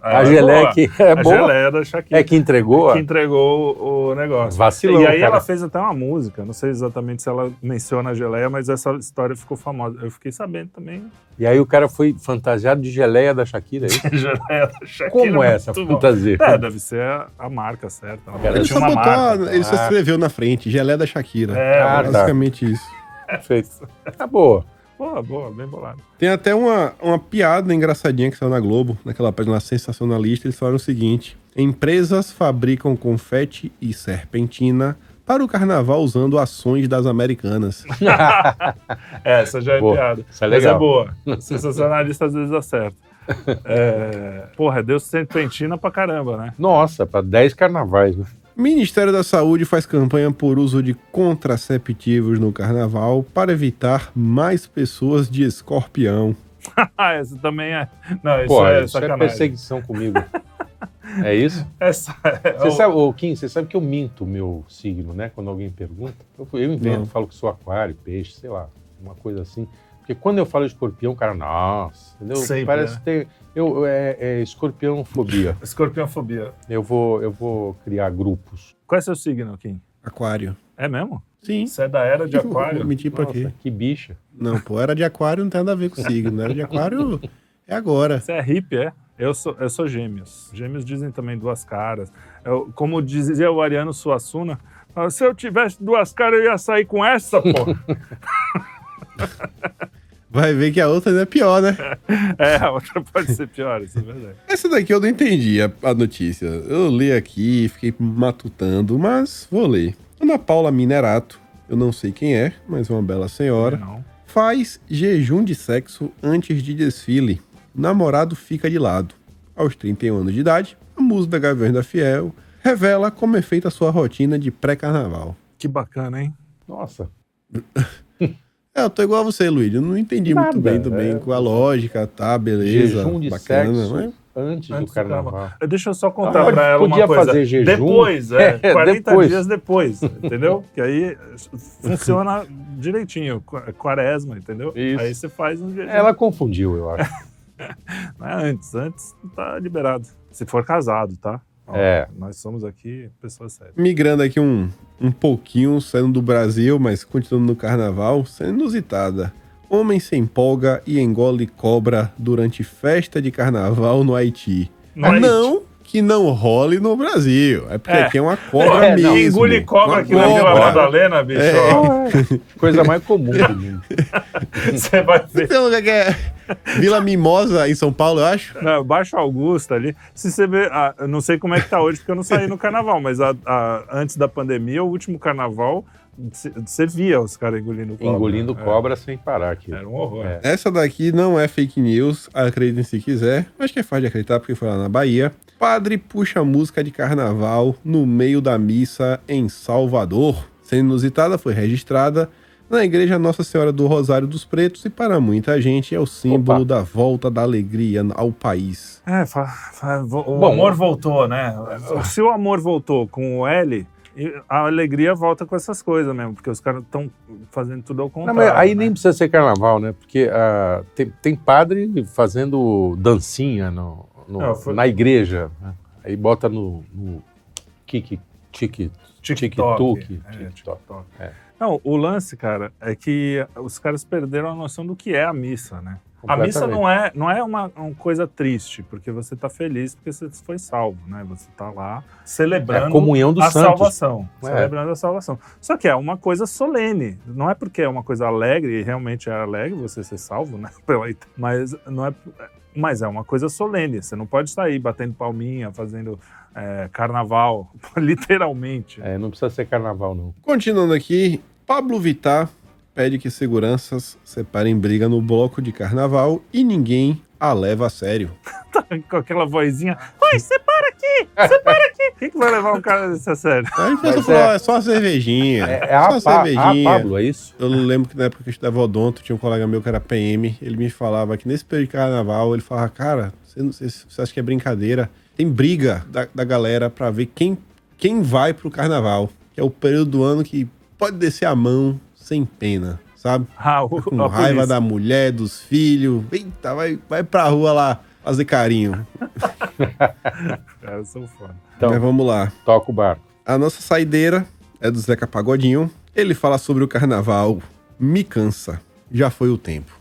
[SPEAKER 5] A geleia que é
[SPEAKER 4] Ah, a
[SPEAKER 5] boa.
[SPEAKER 4] geleia da Shakira.
[SPEAKER 5] É que entregou.
[SPEAKER 4] que entregou o- o negócio.
[SPEAKER 5] Vacilou,
[SPEAKER 4] e aí
[SPEAKER 5] cara.
[SPEAKER 4] ela fez até uma música, não sei exatamente se ela menciona a geleia, mas essa história ficou famosa. Eu fiquei sabendo também.
[SPEAKER 5] E aí o cara foi fantasiado de geleia da Shakira. é isso?
[SPEAKER 4] geleia da Shakira.
[SPEAKER 5] Como é
[SPEAKER 4] muito
[SPEAKER 5] essa
[SPEAKER 4] bom.
[SPEAKER 5] fantasia?
[SPEAKER 4] É, deve ser a, a marca certa. Ela
[SPEAKER 5] Cara,
[SPEAKER 3] Ele
[SPEAKER 4] tinha
[SPEAKER 3] só,
[SPEAKER 4] uma
[SPEAKER 3] botou,
[SPEAKER 4] marca.
[SPEAKER 3] ele só
[SPEAKER 5] Ah.
[SPEAKER 3] escreveu na frente, Gelé da Shakira.
[SPEAKER 4] É,
[SPEAKER 5] Ah, tá.
[SPEAKER 3] Basicamente isso.
[SPEAKER 5] Perfeito. Tá boa.
[SPEAKER 4] boa, boa, bem bolado.
[SPEAKER 3] Tem até uma, uma piada engraçadinha que saiu na Globo, naquela página lá sensacionalista, eles falaram o seguinte: empresas fabricam confete e serpentina para o carnaval usando ações das americanas.
[SPEAKER 4] Essa já é
[SPEAKER 5] Boa.
[SPEAKER 4] piada.
[SPEAKER 5] Isso é
[SPEAKER 4] Mas
[SPEAKER 5] legal.
[SPEAKER 4] é boa. Sensacionalista às vezes acerta. É, porra, deu serpentina pra caramba, né?
[SPEAKER 5] Nossa, pra 10 carnavais, né?
[SPEAKER 3] Ministério da Saúde faz campanha por uso de contraceptivos no carnaval para evitar mais pessoas de escorpião.
[SPEAKER 4] Ah, essa também é. Não, isso
[SPEAKER 5] Pô,
[SPEAKER 4] é
[SPEAKER 5] isso é
[SPEAKER 4] sacanagem.
[SPEAKER 5] perseguição comigo. É isso?
[SPEAKER 4] Essa é-
[SPEAKER 5] Você sabe, ô Kim, você sabe que eu minto o meu signo, né? Quando alguém pergunta, eu, eu invento,
[SPEAKER 3] Não.
[SPEAKER 5] falo que sou aquário, peixe, sei lá, uma coisa assim. Porque quando eu falo escorpião, cara, nossa, entendeu?
[SPEAKER 4] Sempre,
[SPEAKER 5] Parece
[SPEAKER 4] né?
[SPEAKER 5] ter. Eu, é, é escorpião-fobia.
[SPEAKER 4] Escorpiãofobia.
[SPEAKER 5] Eu vou, eu vou criar grupos.
[SPEAKER 4] Qual é seu signo, Kim?
[SPEAKER 3] Aquário.
[SPEAKER 4] É mesmo?
[SPEAKER 3] Sim.
[SPEAKER 4] Você é da era de
[SPEAKER 3] Vou
[SPEAKER 4] aquário?
[SPEAKER 3] mentir pra
[SPEAKER 5] Nossa,
[SPEAKER 3] quê?
[SPEAKER 5] que bicha.
[SPEAKER 3] Não, pô, era de aquário não tem nada a ver com signo. né? Era de aquário é agora.
[SPEAKER 4] Você é hippie, é? Eu sou, eu sou gêmeos. Gêmeos dizem também duas caras. Eu- como dizia o Ariano Suassuna, ah, se eu tivesse duas caras, eu ia sair com essa, pô.
[SPEAKER 3] Vai ver que a outra ainda é pior, né?
[SPEAKER 4] é, a outra pode ser pior, isso é verdade.
[SPEAKER 3] Essa daqui eu não entendi a, a notícia. Eu li aqui, fiquei matutando, mas vou ler. Ana Paula Minerato, eu não sei quem é, mas é uma bela senhora,
[SPEAKER 4] Não.
[SPEAKER 3] faz jejum de sexo antes de desfile. Namorado fica de lado. Aos 31 anos de idade, a musa da Gaviões da Fiel revela como é feita a sua rotina de pré-carnaval.
[SPEAKER 4] Que bacana, hein?
[SPEAKER 5] Nossa.
[SPEAKER 3] É, eu tô igual a você, Luiz. Eu não entendi
[SPEAKER 5] Nada,
[SPEAKER 3] muito bem, do bem
[SPEAKER 5] é.
[SPEAKER 3] com a lógica, tá, beleza.
[SPEAKER 5] jejum de
[SPEAKER 3] bacana,
[SPEAKER 5] sexo
[SPEAKER 4] né?
[SPEAKER 3] mas-
[SPEAKER 5] antes,
[SPEAKER 4] Antes
[SPEAKER 5] do
[SPEAKER 4] do
[SPEAKER 5] carnaval.
[SPEAKER 4] Eh, Deixa eu só contar
[SPEAKER 5] Pode-
[SPEAKER 4] pra ela
[SPEAKER 5] podia
[SPEAKER 4] uma coisa.
[SPEAKER 5] fazer jejum.
[SPEAKER 4] Depois, é,
[SPEAKER 5] É,
[SPEAKER 4] 40
[SPEAKER 5] depois.
[SPEAKER 4] dias depois, entendeu? que aí eh, funciona direitinho, qua- quaresma, entendeu?
[SPEAKER 5] Isso.
[SPEAKER 4] Aí você faz um jejum.
[SPEAKER 5] Ela confundiu, eu acho.
[SPEAKER 4] Não é antes, antes tá liberado. Se for casado, tá? Ó,
[SPEAKER 5] É.
[SPEAKER 4] Nós somos aqui pessoas sérias.
[SPEAKER 3] Migrando aqui um, um pouquinho, saindo do Brasil, mas continuando no carnaval, sendo inusitada. Homem se empolga e engole cobra durante festa de carnaval no Haiti.
[SPEAKER 5] Ah,
[SPEAKER 4] é
[SPEAKER 3] não que não role no Brasil. É porque
[SPEAKER 4] É.
[SPEAKER 3] aqui é uma cobra
[SPEAKER 5] É, não.
[SPEAKER 3] mesmo.
[SPEAKER 4] Engole cobra
[SPEAKER 3] Uma
[SPEAKER 4] aqui na Vila
[SPEAKER 3] cobra.
[SPEAKER 4] Madalena, bicho.
[SPEAKER 3] É.
[SPEAKER 4] ó.
[SPEAKER 5] Coisa mais comum do mundo. É.
[SPEAKER 4] Você vai ver.
[SPEAKER 3] Tem um lugar que é Vila Mimosa, em São Paulo, eu acho.
[SPEAKER 4] Não, Baixo Augusta ali. Se você ver. ah, eu não sei como é que tá hoje, porque eu não saí no carnaval, mas a- a- antes da pandemia, o último carnaval, c- você via os caras engolindo cobra.
[SPEAKER 5] Engolindo
[SPEAKER 4] É,
[SPEAKER 5] cobra sem parar aqui.
[SPEAKER 4] Era um horror.
[SPEAKER 5] É.
[SPEAKER 3] Essa daqui não é fake news, acreditem se quiser, mas que é fácil de acreditar porque foi lá na Bahia. Padre puxa música de carnaval no meio da missa em Salvador. Sendo inusitada, foi registrada na igreja Nossa Senhora do Rosário dos Pretos e para muita gente é o símbolo da volta da alegria ao país.
[SPEAKER 4] É, fa- fa- vo- o
[SPEAKER 5] Bom,
[SPEAKER 4] amor voltou, né? Se o amor voltou com o L, e a alegria volta com essas coisas mesmo, porque os caras estão fazendo tudo ao
[SPEAKER 5] Não,
[SPEAKER 4] contrário.
[SPEAKER 5] mas aí
[SPEAKER 4] né?
[SPEAKER 5] nem precisa ser carnaval, né? Porque ah, tem, tem padre fazendo dancinha no- no-
[SPEAKER 4] Não, foi-
[SPEAKER 5] na igreja. né? Aí bota no, no kiki, tiki,
[SPEAKER 4] TikTok.
[SPEAKER 5] tuk,
[SPEAKER 4] É,
[SPEAKER 5] tic-toc.
[SPEAKER 4] TikTok.
[SPEAKER 5] É.
[SPEAKER 4] Não, o lance, cara, é que os caras perderam a noção do que é a missa, né? A
[SPEAKER 5] completamente.
[SPEAKER 4] missa não é, não é uma, uma coisa triste, porque você tá feliz porque você foi salvo, né? Você tá lá
[SPEAKER 5] É
[SPEAKER 4] celebrando
[SPEAKER 5] a comunhão dos
[SPEAKER 4] a
[SPEAKER 5] santos.
[SPEAKER 4] salvação.
[SPEAKER 5] É.
[SPEAKER 4] Celebrando a salvação. Só que é uma coisa solene. Não é porque é uma coisa alegre, e realmente é alegre você ser salvo, né? pela it- Mas não é. Mas é uma coisa solene. Você não pode sair batendo palminha, fazendo é, carnaval, literalmente.
[SPEAKER 5] É, não precisa ser carnaval, não.
[SPEAKER 3] Continuando aqui, Pablo Vittar pede que seguranças separem briga no bloco de carnaval e ninguém a leva a sério.
[SPEAKER 4] Com aquela vozinha. Oi, separa aqui! Separa aqui! Quem que vai levar um cara desse a sério?
[SPEAKER 3] Aí
[SPEAKER 5] Mas
[SPEAKER 3] você falou,
[SPEAKER 5] é-
[SPEAKER 3] "Ah, é só uma cervejinha.
[SPEAKER 5] É, é a,
[SPEAKER 3] só
[SPEAKER 5] pa, a Pablo, é isso?
[SPEAKER 3] Eu lembro que na época que eu estudava odonto, tinha um colega meu que era PM, ele me falava que nesse período de carnaval, ele falava, cara, você, não- você- você acha que é brincadeira? Tem briga da, da galera pra ver quem, quem vai pro carnaval, que é o período do ano que pode descer a mão sem pena. sabe?
[SPEAKER 4] Raul,
[SPEAKER 3] Com
[SPEAKER 4] a
[SPEAKER 3] raiva
[SPEAKER 4] polícia.
[SPEAKER 3] da mulher, dos filhos. Eita, vai, vai pra rua lá fazer carinho.
[SPEAKER 4] Cara, são foda.
[SPEAKER 5] Então.
[SPEAKER 3] Mas vamos lá.
[SPEAKER 5] Toca o barco.
[SPEAKER 3] A nossa saideira é do Zeca Pagodinho. Ele fala sobre o carnaval. Me cansa. Já foi o tempo.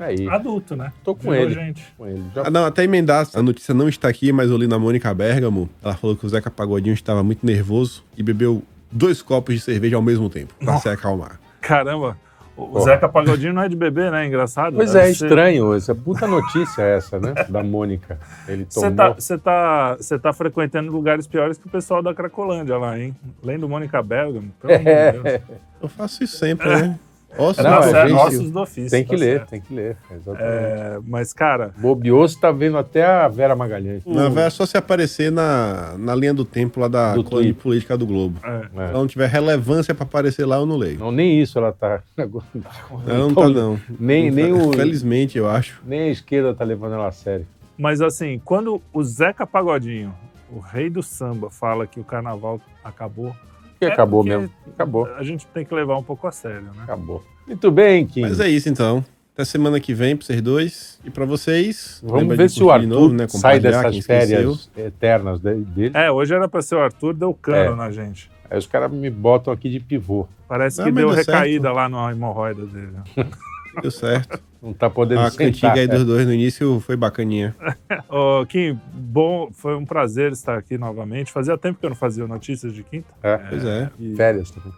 [SPEAKER 5] Aí,
[SPEAKER 4] Adulto, né?
[SPEAKER 5] Tô com
[SPEAKER 4] Virou
[SPEAKER 5] ele.
[SPEAKER 4] gente.
[SPEAKER 5] É com ele. Já
[SPEAKER 3] Ah, não, até emendar, a notícia não está aqui, mas eu li na Mônica Bergamo. Ela falou que o Zeca Pagodinho estava muito nervoso e bebeu dois copos de cerveja ao mesmo tempo, pra se acalmar.
[SPEAKER 4] Caramba, o
[SPEAKER 5] Porra.
[SPEAKER 4] Zeca Pagodinho não é de bebê, né? Engraçado.
[SPEAKER 5] Pois
[SPEAKER 4] deve
[SPEAKER 5] é,
[SPEAKER 4] ser.
[SPEAKER 5] estranho. Essa puta notícia essa, né? Da Mônica. Ele
[SPEAKER 4] Você
[SPEAKER 5] tomou.
[SPEAKER 4] tá, você tá, você tá frequentando lugares piores que o pessoal da Cracolândia lá, hein? Lendo Mônica Bergamo, pelo amor de Deus.
[SPEAKER 3] Eu faço isso sempre, né? Nossa,
[SPEAKER 5] É. Não,
[SPEAKER 4] Tá
[SPEAKER 5] é
[SPEAKER 4] certo,
[SPEAKER 5] gente,
[SPEAKER 4] ossos do ofício.
[SPEAKER 5] Tem que
[SPEAKER 4] tá
[SPEAKER 5] ler,
[SPEAKER 4] certo.
[SPEAKER 5] tem que ler. Exatamente.
[SPEAKER 4] É, mas, cara,
[SPEAKER 5] Bobeou, você tá vendo até a Vera Magalhães.
[SPEAKER 3] Mas vai é só se aparecer na, na linha do tempo lá da
[SPEAKER 5] Do
[SPEAKER 3] coluna de
[SPEAKER 5] Twitter.
[SPEAKER 3] política do Globo.
[SPEAKER 4] é,
[SPEAKER 5] É.
[SPEAKER 3] Se ela não tiver relevância pra aparecer lá, eu não leio.
[SPEAKER 5] Não, nem isso ela tá. então,
[SPEAKER 3] Ela não tá, não.
[SPEAKER 5] Nem, nem, o,
[SPEAKER 3] Felizmente, eu acho.
[SPEAKER 5] nem a esquerda tá levando ela a sério.
[SPEAKER 4] mas assim, quando o Zeca Pagodinho, o rei do samba, fala que o carnaval acabou,
[SPEAKER 5] Porque
[SPEAKER 4] É
[SPEAKER 5] acabou
[SPEAKER 4] porque-
[SPEAKER 5] mesmo. Acabou,
[SPEAKER 4] a gente tem que levar um pouco a sério, né?
[SPEAKER 5] acabou. Muito bem, Kim.
[SPEAKER 3] Mas é isso, então. Até semana que vem pra vocês dois. E pra vocês.
[SPEAKER 5] Vamos
[SPEAKER 3] lembra
[SPEAKER 5] ver
[SPEAKER 3] de
[SPEAKER 5] se o
[SPEAKER 3] curtir
[SPEAKER 5] Arthur
[SPEAKER 3] de né?
[SPEAKER 5] sai
[SPEAKER 3] compartilhar, quem
[SPEAKER 5] dessas
[SPEAKER 3] esqueceu.
[SPEAKER 5] férias eternas de- dele.
[SPEAKER 4] É, hoje era pra ser o Arthur, deu cano
[SPEAKER 5] É.
[SPEAKER 4] na gente.
[SPEAKER 5] Aí os caras me botam aqui de pivô.
[SPEAKER 4] Parece
[SPEAKER 3] Não,
[SPEAKER 4] que
[SPEAKER 3] mas
[SPEAKER 4] deu
[SPEAKER 3] deu certo.
[SPEAKER 4] recaída lá na hemorroida dele.
[SPEAKER 3] Deu certo.
[SPEAKER 5] Não tá podendo
[SPEAKER 3] Ah, A
[SPEAKER 5] sentar.
[SPEAKER 3] cantiga aí
[SPEAKER 5] é.
[SPEAKER 3] dos dois no início foi bacaninha.
[SPEAKER 4] Ô, Kim, bom, foi um prazer estar aqui novamente. Fazia tempo que eu não fazia notícias de quinta.
[SPEAKER 5] É,
[SPEAKER 3] Pois é.
[SPEAKER 4] E,
[SPEAKER 5] Férias também.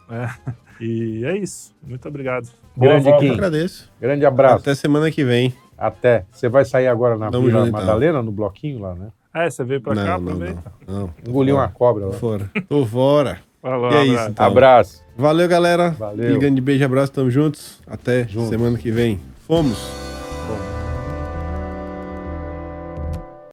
[SPEAKER 4] e é isso. Muito obrigado.
[SPEAKER 5] Grande
[SPEAKER 4] Boa volta.
[SPEAKER 5] Kim.
[SPEAKER 3] Agradeço.
[SPEAKER 5] Grande abraço.
[SPEAKER 3] Até semana que vem.
[SPEAKER 5] Até. Você vai sair agora na
[SPEAKER 3] Tamo
[SPEAKER 5] Vila
[SPEAKER 3] junto, então.
[SPEAKER 5] Madalena, no bloquinho lá, né?
[SPEAKER 4] É, você veio pra cá,
[SPEAKER 3] Não, não,
[SPEAKER 4] aproveita.
[SPEAKER 3] não. não. Tô
[SPEAKER 5] Engoliu uma
[SPEAKER 3] fora.
[SPEAKER 5] cobra
[SPEAKER 3] Tô
[SPEAKER 5] lá.
[SPEAKER 3] fora. Tô fora.
[SPEAKER 4] Falou, um
[SPEAKER 3] E é
[SPEAKER 4] abraço.
[SPEAKER 3] isso, então.
[SPEAKER 5] Abraço.
[SPEAKER 3] Valeu, galera.
[SPEAKER 5] Valeu.
[SPEAKER 3] Aquele grande beijo, abraço. Tamo juntos. Até
[SPEAKER 5] Juntos.
[SPEAKER 3] semana que vem. Fomos.